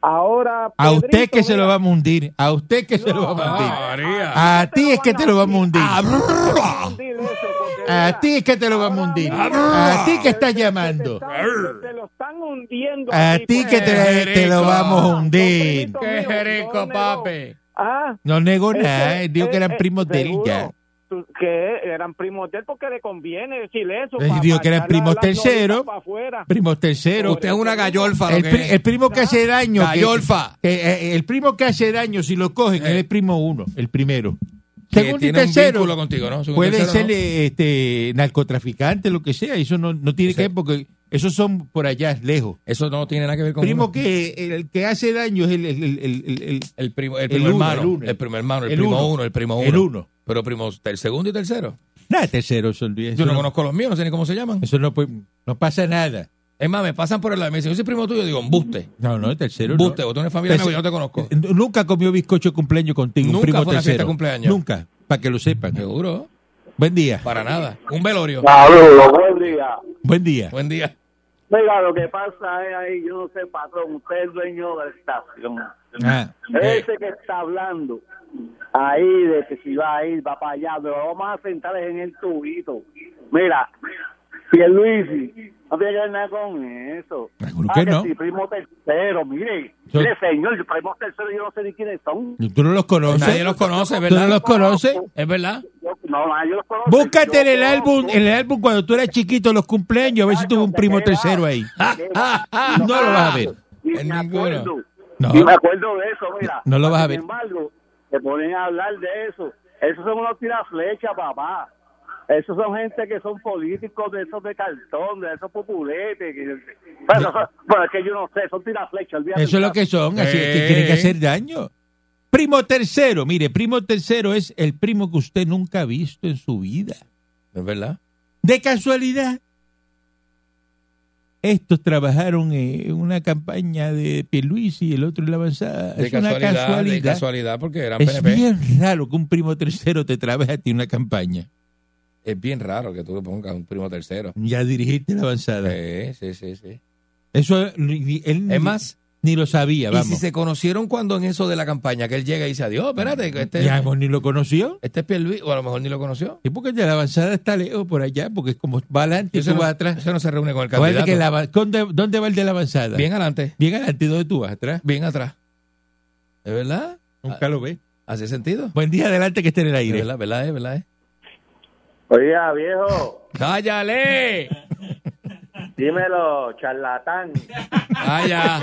ahora...
A
Pedrito,
usted que se
mira,
lo vamos a hundir. A usted que se lo vamos a hundir.
María.
A ti es que te lo vamos a hundir.
hundir eso, porque,
A
mira,
ti es que te lo vamos a hundir. A ti que estás llamando.
Te, están- te lo están hundiendo. pues.
A ti que te, te lo vamos a hundir.
Hombre,
¡Qué
Dios mío, no
jerico,
me
papi!
Ah,
No negó nada.
Ese-
él Dijo que
eh,
eran
eh,
primos de él y ya.
seguro. Tú- que eran primos de él porque le conviene decir eso.
Él
pa-
dijo
pa
que eran
echarle a
primos
las novitas
terceros.
pa' afuera.
Primos terceros.
Usted es una gallolfa, lo
El,
que
pri-
es.
el primo que hace daño. que-
Gallolfa.
que- eh, eh, el primo que hace daño, si lo cogen,
Eh.
es el primo uno, el primero.
Que
Segundo y
tiene un
tercero.
vínculo contigo, ¿no? Segundo y
Puede
tercero,
ser
¿no?
eh, este, narcotraficante, lo que sea. Eso no, no tiene
Sí.
que ver porque esos son por allá, lejos.
Eso no tiene nada que ver con
primo
uno.
que el que hace daño es el, el, el, el- el- el-
El primo,
El
el primo
uno,
hermano.
el
El,
uno.
primo hermano, el,
El
primo
uno.
uno, el primo uno.
el uno.
Pero primo, el segundo y tercero.
Nada, tercero, se olvida.
Yo
Eso
no
no-
conozco los míos, no sé ni cómo se llaman.
eso no, puede- no pasa nada.
Es más, me pasan por el lado y me dicen, yo soy primo tuyo. Digo, embuste.
No, no, tercero. no.
Embuste, vos tenés familia,
Pues-
amigo, yo no te conozco.
N- Nunca comió bizcocho de cumpleaños contigo, un
Nunca
primo
fue una
tercero.
fiesta de cumpleaños.
Nunca, para que lo sepan.
Seguro,
Buen día.
para nada. Un velorio.
Saludos, buen día.
Buen día.
Buen día.
Mira, lo que pasa es ahí, yo no sé, patrón, usted es dueño de la estación.
Ah,
Ese que está hablando ahí de que si va a ir, va para allá, pero vamos a sentar en el tubito. Mira, Pierluisi, no tiene que ver nada con eso.
Seguro
Ah,
que no.
si primo tercero, mire,
Yo-
mire señor, primo tercero yo no sé ni quiénes son.
Tú no los conoces.
Nadie los conoce,
¿Tú no
¿verdad?
los conoces?
Es verdad.
Yo, no, no, yo los conozco.
Búscate en
Yo
el
conozco.
álbum,
<laughs>
en el álbum cuando tú eras chiquito, los cumpleaños, a ver si tuvo un primo tercero ahí. No lo vas a ver.
Y
En
me
ninguno.
acuerdo.
No.
Y me acuerdo de eso, mira.
Ah. No lo vas a ver.
Sin embargo, te ponen a hablar de eso. Esos son unos tiraflechas, papá. Esos son gente que son políticos de esos de cartón, de esos populetes. que- Bueno, bueno, es que yo no sé, son tiraflechas. olvídate.
Eso es lo que son, así es que
Eh.
quieren que hacer daño. Primo tercero, mire, primo tercero es el primo que usted nunca ha visto en su vida.
Es verdad.
De casualidad, estos trabajaron en una campaña de Pierluisi y el otro en la avanzada.
De
es una
casualidad, de
casualidad.
casualidad, porque eran
Es
PNP.
bien raro que un primo tercero te trabaje a ti una campaña
Es bien raro que tú le pongas un primo tercero.
ya dirigiste la avanzada.
Sí, sí, sí, sí.
Eso ni- ni- él ni-
Es más,
ni lo sabía,
y
vamos.
si se conocieron cuando en eso de la campaña, que él llega y dice, adiós, espérate, que este,
Ya, pues, ni lo conoció.
este es Pierluis, o a lo mejor ni lo conoció.
Y porque ya la avanzada está lejos por allá, porque como va adelante y
Ese
tú
no,
vas atrás.
ese no se reúne con el
Acuérdate
candidato.
que la av- ¿dónde, dónde va el de la avanzada?
Bien adelante,
Bien adelante, ¿dónde tú vas atrás?
bien atrás. ¿Es verdad?
Nunca lo ves.
¿Hace sentido?
Buen día adelante que esté en el
¿Es
aire.
verdad? ¿Verdad? ¿Es verdad?
Oiga, viejo,
¡Cállale!
dímelo, charlatán.
¡Calla!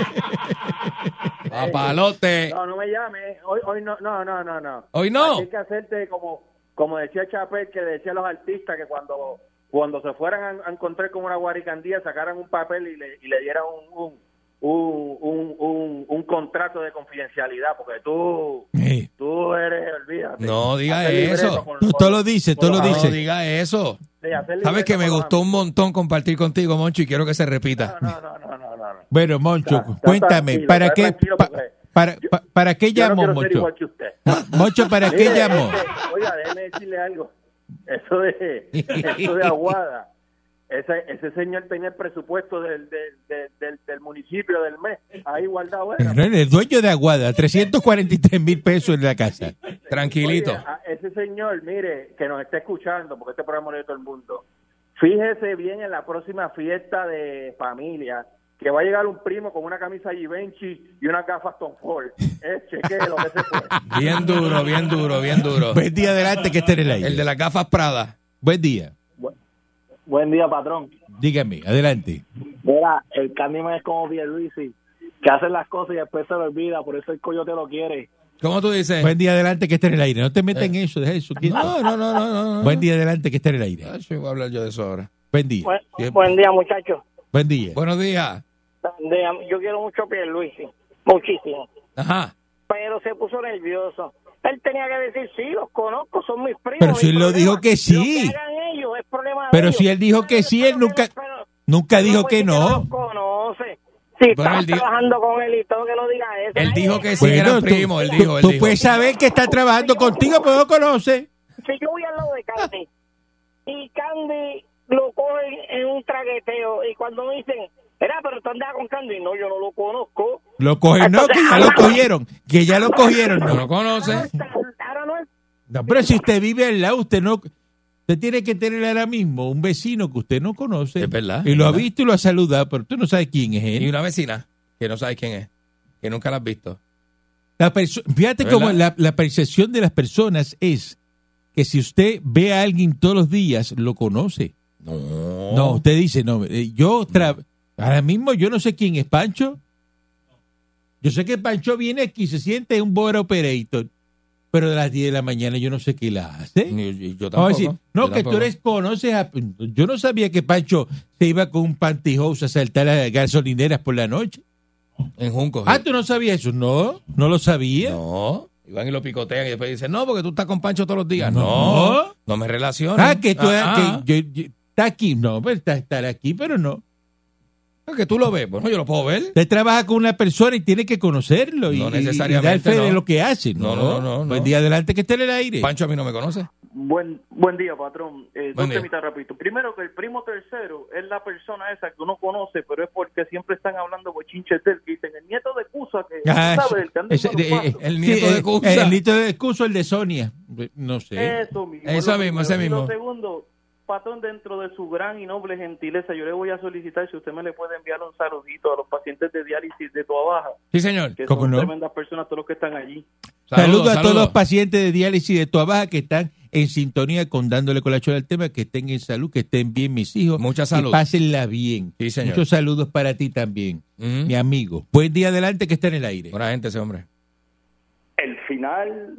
¡Papalote!
No, no me llames. Hoy, hoy no, no, no, no, no.
Hoy no.
Hay que hacerte como, como decía Chapel, que decía a los artistas que cuando, cuando se fueran a, a encontrar con una guaricandía, sacaran un papel y le, y le dieran un, un, un, un, un- un contrato de confidencialidad, porque tú,
Eh,
tú eres, olvídate.
No diga
Hacer libreto
eso.
con-
tú,
con-
tú lo dices, tú
por
lo
favor.
No
dices.
diga eso.
sí, hacer
Sabes
libreto
que me
con los
gustó
amigos.
un montón compartir contigo, Moncho, y quiero que se repita.
No, no, no, no, no, no.
Bueno, Moncho,
Está- está
cuéntame,
tranquilo,
¿para
está
qué,
tranquilo
pa-
porque
para, pa- para qué
Yo no
llamó,
quiero ser
Moncho? Ah,
igual que usted.
Moncho, ¿para qué
Mire,
llamó?
este, Oiga, déjeme decirle algo. Eso de, eso de Aguada. Ese, ese señor tenía el presupuesto del, del, del, del- del municipio del mes. Ahí guardado era.
Pero él es El dueño de Aguada, 343 mil pesos en la casa.
Tranquilito.
Oye, a ese señor, mire, que nos está escuchando, porque este programa lo de todo el mundo. Fíjese bien en la próxima fiesta de familia
que va a llegar un primo con una camisa Givenchy y una gafas Tom Ford. Es chequeo lo que se fue.
Bien duro, bien duro, bien duro.
Buen día adelante que esté en el aire.
El de las gafas Prada.
Buen día.
Buen día, patrón.
Dígame, adelante.
Mira, el Candyman es como Pierluisi, que hace las cosas y después se lo olvida, por eso el coyote lo quiere.
¿Cómo tú dices?
Buen día adelante que esté en el aire. No te metas en eso, deja eso. quieto.
Eh. No, no, no, no, no, no.
Buen día adelante que esté en el aire.
Ay, sí, voy a hablar yo de eso ahora.
Buen día.
Buen,
Bien.
buen día, muchachos.
Buen día.
Buenos días.
Buen día. Yo quiero mucho a Pierluisi, muchísimo.
Ajá.
Pero se puso nervioso. Él tenía que decir, sí, los conozco, son mis primos.
Pero si
mis
él lo
problemas.
dijo que sí.
Lo que hagan ellos es problema de
Pero
ellos.
si él dijo que sí, él
Pero-
nunca-
pero-
Nunca
no
dijo
puede
que
decir
no.
los conoce. Si
Bueno,
estás
él dijo-
trabajando con él y todo, que no diga eso.
Él
Ay,
dijo
ay,
que
ay,
sí. eran
tú-
primos, él
tú-
dijo, él
tú
dijo.
puedes saber que está trabajando contigo, pero no conoce.
<laughs> Si yo voy al lado de Candy y Candy lo cogen en un tragueteo y cuando me dicen, era, pero tú andabas con Candy, no, yo no lo conozco.
Lo cogen, no, que ya lo cogieron, que ya lo cogieron.
No
No,
lo conoces.
Ahora no es
No, pero si usted vive al lado, usted no, usted tiene que tener ahora mismo un vecino que usted no conoce.
Es verdad,
Y
es
lo ha
verdad.
visto y lo ha saludado, pero tú no sabes quién es
Y
él.
una vecina que no sabes quién es, que nunca la has visto.
La perso- fíjate
Es
cómo la,
verdad.
la percepción de las personas es que si usted ve a alguien todos los días, lo conoce.
No.
No, usted dice, no, eh, yo tra- ahora mismo yo no sé quién es Pancho. Yo sé que Pancho viene aquí, y se siente un board operator, pero de las 10 de la mañana yo no sé qué la hace.
Ni- y
Vamos a
yo tampoco.
decir, no,
yo
que tú
tampoco.
eres, conoces a... Yo no sabía que Pancho se iba con un pantyhose a saltar a gasolineras por la noche.
En Junco.
Ah, tú no sabías eso. No, no lo sabía.
No. Y van y lo picotean y después dicen, no, porque tú estás con Pancho todos los días.
No.
No. No, me relaciono.
Ah, que tú...
Ah,
que yo- yo- está aquí. No, pero está, estar aquí, pero no.
ah, que tú lo ves. Bueno, yo lo puedo ver.
Usted trabaja con una persona y tiene que conocerlo y,
No
y- y dar
necesariamente,
fe de
no.
lo que hace. No,
No, no, no, no,
Buen
no.
día adelante que esté en el aire.
Pancho a mí no me conoce.
Buen, buen día, patrón. Eh,
Buen
dos
día.
temitas rapidito. Primero, que el primo tercero es la persona esa que uno conoce, pero es porque siempre están hablando bochinches del que dicen el nieto de Cusa, que
Ah,
tú sabes, el que anda en
ese- de-
Guanajuato.
el nieto
sí,
de
eh,
Cusa.
El nieto de Cuso, el de Sonia. No sé.
Eso mismo.
Eso
lo primero.
mismo, ese
Y
mismo.
Lo segundo, patrón, dentro de su gran y noble gentileza, yo le voy a solicitar si usted me le puede enviar un saludito a los pacientes de diálisis de Toa Baja,
Sí, señor.
que
¿Cómo
son
no?
tremendas personas todos los que están allí.
Saludo, a todos
saludo.
los pacientes de diálisis de Toa Baja que están en sintonía con dándole colacho al tema, que estén en salud, que estén bien mis hijos.
Mucha
que
salud.
pásenla bien.
Sí, señor.
Muchos saludos para ti también,
Mm.
mi amigo. Buen día adelante que esté en el aire.
Buena gente ese hombre.
El final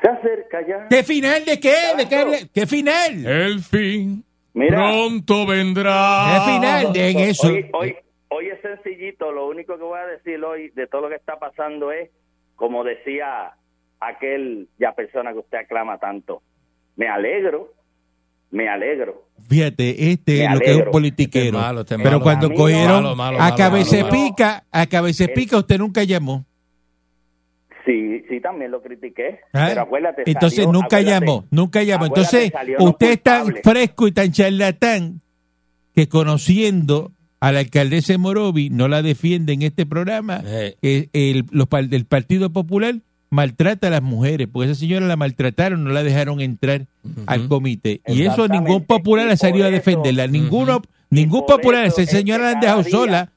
se acerca ya.
¿Qué final de qué? ¿De qué, habla- qué final?
El fin pronto
¿Qué
vendrá.
final? Dejen eso.
Hoy, hoy, hoy es sencillito, lo único que voy a decir hoy de todo lo que está pasando es, como decía aquel ya persona que usted aclama tanto, me alegro, me alegro.
Fíjate, este
Me
es lo que es un
alegro.
politiquero.
Este es malo, este es
pero
malo.
cuando
Amigo,
cogieron
malo, malo,
a
malo,
cabeza
malo, malo.
pica, a cabeza pica usted nunca llamó.
Sí, sí, también lo critiqué,
¿Ah?
pero acuérdate.
Entonces
salió-
nunca
acuérdate,
llamó, nunca llamó.
acuérdate,
Entonces
salió no
usted es tan
culpable.
fresco y tan charlatán que conociendo a la alcaldesa Morovi no la defiende en este programa,
Eh,
que el, los par- del Partido Popular maltrata a las mujeres, porque esa señora la maltrataron, no la dejaron entrar al comité. Y eso
Exactamente.
ningún popular ha
Y
salido a
por eso-
defenderla. Ninguno,
Ujú.
ningún
Y por
popular,
eso
esa
es
señora
que
la han
cada
dejado
día-
sola.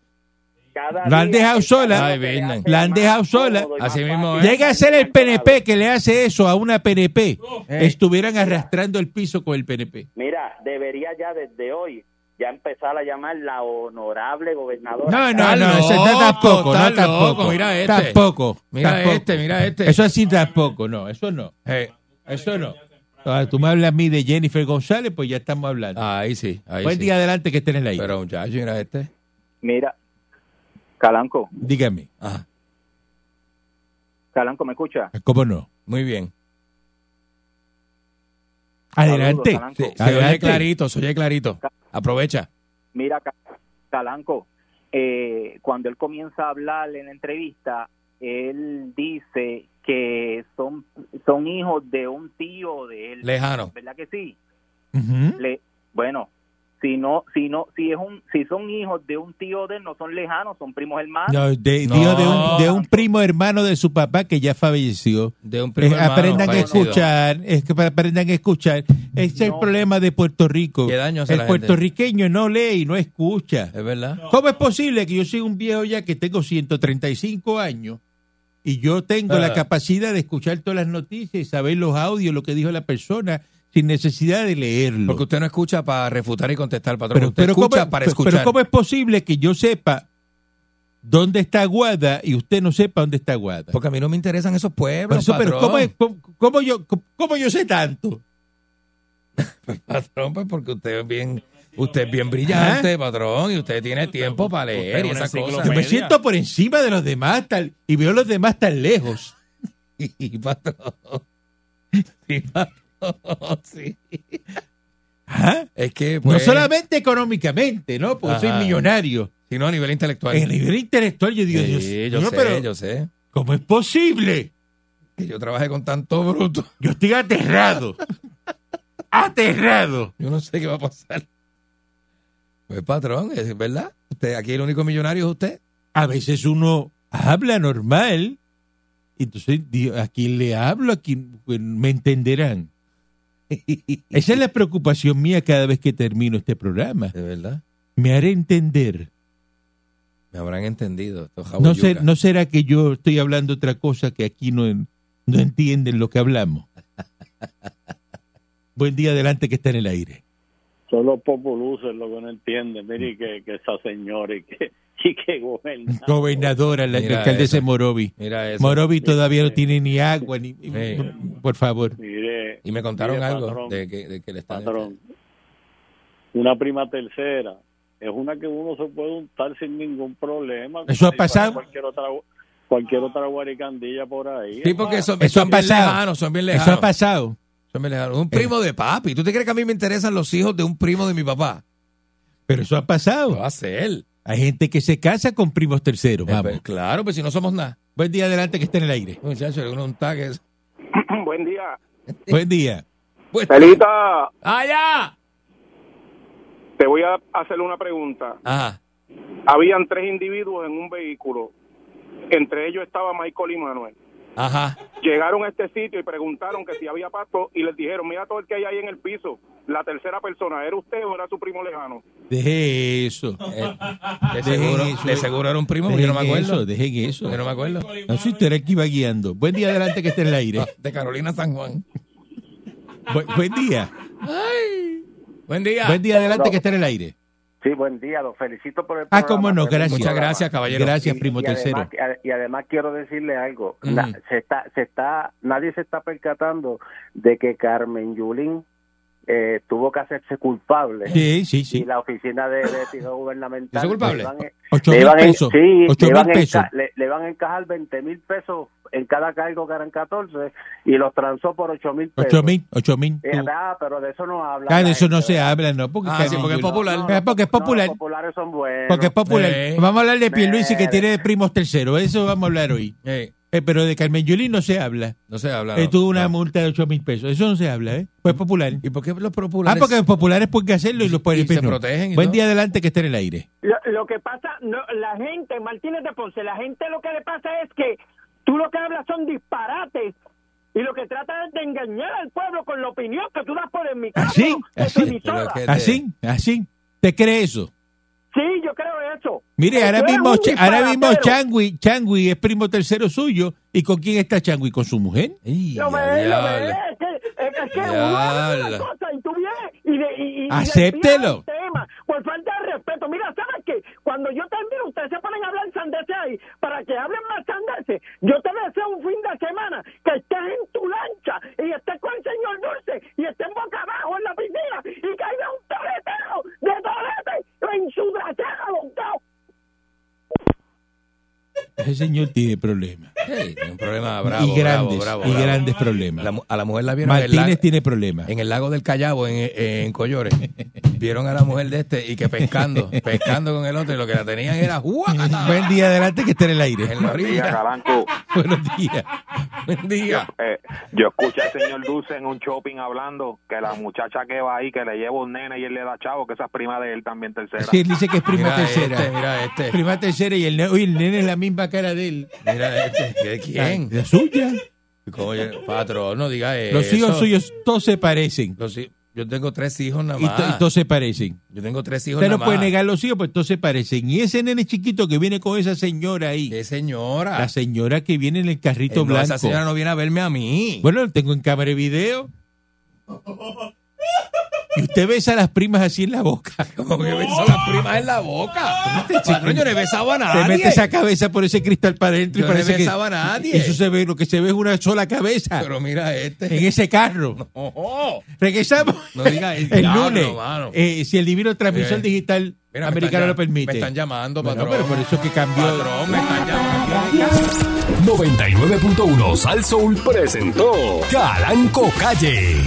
cada
La han
día
dejado
el
sola.
camino
Ay,
se
Virgen.
hace
La han
más
dejado sola.
cómodo y
Así
más
mismo
fácil.
es.
Llega a ser el PNP que le hace eso a una PNP. Estuvieran arrastrando el piso con el PNP.
Mira, debería ya desde hoy ya empezar a llamar la honorable gobernadora.
No, no,
Está
no, eso- no,
loco,
tampoco, no,
está
tampoco.
loco, mira este.
Tampoco.
Mira
tampoco.
este, mira este.
Eso así tampoco, no, eso no,
eh,
eso no. Ah, tú me hablas a mí de Jennifer González, pues ya estamos hablando.
ahí sí, ahí
Buen
sí.
día adelante que estén en el aire.
Pero muchacho, mira este.
Mira, Calanco,
Dígame,
Ajá,
Calanco, ¿me escucha?
¿cómo no?
muy bien.
Adelante.
Saludos, Calanco.
Se, se
Adelante.
oye clarito, se oye clarito. Aprovecha.
Mira, Ca- Calanco, eh, cuando él comienza a hablar en la entrevista, él dice que son, son hijos de un tío de él.
Lejano.
¿Verdad que sí?
Ujú.
Le, bueno, si no, si no, si es un, si son hijos de un tío de él, no son lejanos, son primos hermanos.
No, de,
No.
digo de un, de un primo hermano de su papá que ya falleció.
De un
Eh,
primo hermano
aprendan a
parecido.
escuchar, es que aprendan a escuchar Ese es el problema de Puerto Rico.
¿Qué daño hace
el
la gente?
puertorriqueño no lee y no escucha.
Es verdad.
¿Cómo es posible que yo sea un viejo ya que tengo 135 años y yo tengo
Ah.
la capacidad de escuchar todas las noticias y saber los audios, lo que dijo la persona, sin necesidad de leerlo?
Porque usted no escucha para refutar y contestar, patrón.
pero,
usted
pero
escucha
¿cómo,
para
pero-
escuchar.
pero ¿cómo es posible que yo sepa dónde está Guada y usted no sepa dónde está Guada?
Porque a mí no me interesan esos pueblos,
Por eso, pero
patrón.
¿cómo, es- cómo- cómo yo, cómo yo sé tanto?
Patrón, <laughs> pues porque usted es bien... Usted es bien brillante,
¿Eh?
patrón, y usted tiene tiempo para leer y
una
esas cosas.
Yo me
enciclopedia.
siento por encima de los demás tal, y veo a los demás tan lejos.
<laughs> Sí, patrón. Sí, patrón, sí.
¿Ah?
Es que,
No
pues,
solamente económicamente, ¿no? Porque
Ajá.
soy millonario.
sino a nivel intelectual.
En el nivel intelectual yo digo, Dios
Sí, yo
mío,
sé,
pero
yo sé.
¿cómo es posible?
Que yo trabajé con tanto bruto. <laughs>
Yo estoy <laughs> aterrado. aterrado.
Yo no sé qué va a pasar. Pues, patrón, es verdad. Usted, aquí el único millonario es usted.
A veces uno habla normal, y entonces digo, a quién le hablo, a quién Pues, me
<laughs>
entenderán. Esa es la preocupación mía cada vez que termino este programa.
De verdad.
Me haré entender.
Me habrán entendido. estos
No, sé-
jabullucas.
no será que yo estoy hablando otra cosa que aquí no, en- no entienden lo que hablamos.
<laughs>
Buen día adelante que está en el aire.
Son los populuses lo que no entienden. Mire,
Mm.
que, que esa señora y que, <laughs> y que gobernadora.
Gobernadora, la,
Mira
la alcaldesa
eso.
Morovi.
Mira eso.
Morovi todavía no tiene ni agua, ni,
Sí.
por favor.
Mire,
Y me contaron
Mire,
algo
patrón.
de que, de que le están...
patrón, una prima tercera es una que uno se puede untar sin ningún problema.
Eso ha
Como si fuera
pasado.
Cualquier otra, cualquier otra guaricandilla por ahí.
Sí, porque son,
Eso
son
ha
bien
pasado.
lejanos, son bien
Eso ha Eh.
lejanos.
pasado.
Son bien lejanos. Un primo de papi. ¿Tú te crees que a mí me interesan los hijos de un primo de mi papá?
Pero eso ha
Lo
pasado.
hace él.
Hay gente que se casa con primos terceros.
Eh, pues,
Vamos.
claro, pues si no somos nada.
Buen día adelante que está en el aire.
Muchachos, uno un tag es-
<clears throat> Buen día.
Buen día.
Pues-
Celita,
¡Allá!
te voy a hacer una pregunta.
Ajá.
Habían tres individuos en un vehículo. Entre ellos estaba Michael y Manuel.
Ajá.
Llegaron a este sitio y preguntaron que si había pasto y les dijeron, mira todo el que hay ahí en el piso. La tercera persona, ¿era usted o era su primo lejano?
Deje eso.
Eh, de,
Dejen
seguro,
eso.
de seguro era un primo, porque
Dejen
yo no me acuerdo.
eso. Dejen eso.
Yo no me acuerdo.
No soy usted aquí va guiando. Buen día adelante que está en el aire.
Ah, De Carolina San Juan.
Bu- buen día.
Buen día.
Buen día adelante que está en el aire.
Sí, buen día, los felicito por el
Ah, cómo no, gracias.
Muchas gracias, caballero.
Gracias,
Y-
primo
y
tercero.
Además, y además quiero decirle algo.
Ujú.
Na- se está, se está, nadie se está percatando de que Carmen Yulín eh, tuvo que hacerse culpable.
Sí, sí,
Y
sí.
la oficina de, de ética gubernamental.
¿Hizo culpable?
le van a-
Ocho
le
mil
van a-
pesos.
sí,
Ocho
le
mil
van a
pesos.
enca- le- le van a encajar 20 mil pesos en cada cargo que eran 14 y los transó por 8 mil pesos.
Ocho mil. Ocho mil.
Eh, ah, pero de eso no habla.
Ah,
la
de eso no
gente,
se
¿verdad?
habla, ¿no? Porque,
Ah,
Carmen
sí, porque es
Yulín-
popular.
Eh, porque es popular.
No, los populares son buenos.
Porque es popular.
Eh.
Vamos a hablar de Pierluisi que
Eh.
tiene primos terceros. Eso vamos a hablar hoy.
Ey,
Eh, pero de Carmen Yulín no se habla.
no se habla.
Eh,
no.
tuvo una
No.
multa de 8 mil pesos. Eso no se habla, ¿eh? Pues popular.
¿Y por qué los
Ah,
populares?
porque los populares pueden hacerlo y los
y
pueden
se protegen y
Buen
todo.
día adelante que esté en el aire.
Lo, lo que pasa, no, la gente, Martínez de Ponce, la gente lo que le pasa es que tú lo que hablas son disparates y lo que tratas es de engañar al pueblo con la opinión que tú das por el micrófono
Así,
de tu
así.
emisora.
Pero es que-
Así, así. ¿Te cree eso?
Sí, yo creo eso.
Mire,
Eh,
ahora
tú eres
mismo,
un
Cha- ahora mismo
disparatero.
Changui, Changui es primo tercero suyo. ¿Y con quién está Changui? ¿Con su mujer?
Ey,
Lo
ya,
ves, lo
diablo.
ves, es que, es que- es que uno habla de
Diablo.
una cosa y tú vienes y, de, y- y- y
Acéptelo.
desvías el tema por falta de respeto. Mira, ¿sabes qué? Cuando yo termino, ustedes se ponen a hablar sandeces ahí para que hablen más sandeces. Yo te deseo un fin de semana que estés en tu lancha y estés con el señor Dulce y estés boca abajo en la piscina y caiga un toretero de torete en su trasera, los dos.
Ese señor tiene problemas.
Ey, tiene un problema Ah, bravo.
y grandes,
bravo, bravo,
y
bravo.
grandes problemas.
La mu- a la mujer la vieron en el,
Martínez
lago,
tiene problemas.
en el lago del Callao, en,
<laughs>
en Collores. Vieron a la mujer de este y que pescando, pescando con el otro y lo que la tenían era ¡juacata!
Buen día adelante que esté en el aire.
en la <laughs> orilla.
Calanco,
<laughs> Buenos días.
Buen día.
eh, yo escuché al señor Dulce en un shopping hablando que la muchacha que va ahí, que le lleva un nene y él le da chavo, que esa es prima de él también tercera.
Sí, él dice que es prima
Mira
tercera.
este, mira este.
Prima tercera y el, ne- uy, el nene es la misma cara de él.
Mira este. ¿de ¿Quién?
La suya.
Oye, patrón, no diga eso.
Los hijos suyos todos se parecen.
Los hi- Yo tengo tres hijos nada
Y to-
más.
y todos se parecen.
Yo tengo tres hijos
Usted no
nada
puede
más.
negar los hijos, pues entonces parecen. Y ese nene chiquito que viene con esa señora ahí.
¿Qué señora?
La señora que viene en el carrito
Eh, no,
blanco.
esa señora no viene a verme a mí.
Bueno, lo tengo en cámara de video. Y usted besa a las primas así en la boca.
Como que beso a las primas en la boca. Patrón, yo no he besado a nadie.
Te mete esa cabeza por ese cristal para adentro
Yo
y
no he
parece
besado
que
a nadie.
Eso se ve, lo que se ve es una sola cabeza.
Pero mira este.
En ese carro.
Ojo.
Regresamos.
No diga el
<laughs> el,
diablo,
lunes.
mano.
Eh, si el divino transmisor
Eh.
digital
Mira, me
americano
están
lo
llam-
permite.
Me están llamando,
Bueno,
patrón.
pero por eso es que cambió.
Patrón, me están llamando.
99.1 Sal Soul presentó Calanco Calle.